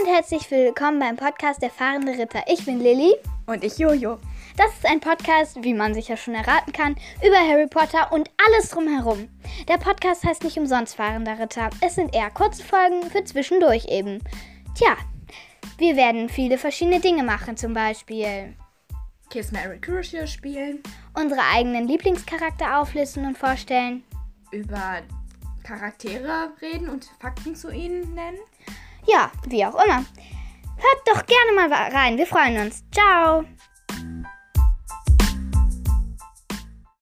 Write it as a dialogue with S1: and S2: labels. S1: und herzlich willkommen beim Podcast Der fahrende Ritter. Ich bin Lilly.
S2: Und ich Jojo.
S1: Das ist ein Podcast, wie man sicher schon erraten kann, über Harry Potter und alles drumherum. Der Podcast heißt nicht umsonst Fahrender Ritter. Es sind eher kurze Folgen für zwischendurch eben. Tja, wir werden viele verschiedene Dinge machen, zum Beispiel
S2: Kiss Mary Crucial spielen,
S1: unsere eigenen Lieblingscharakter auflisten und vorstellen.
S2: über Charaktere reden und Fakten zu ihnen nennen.
S1: Ja, wie auch immer. Hört doch gerne mal rein. Wir freuen uns. Ciao.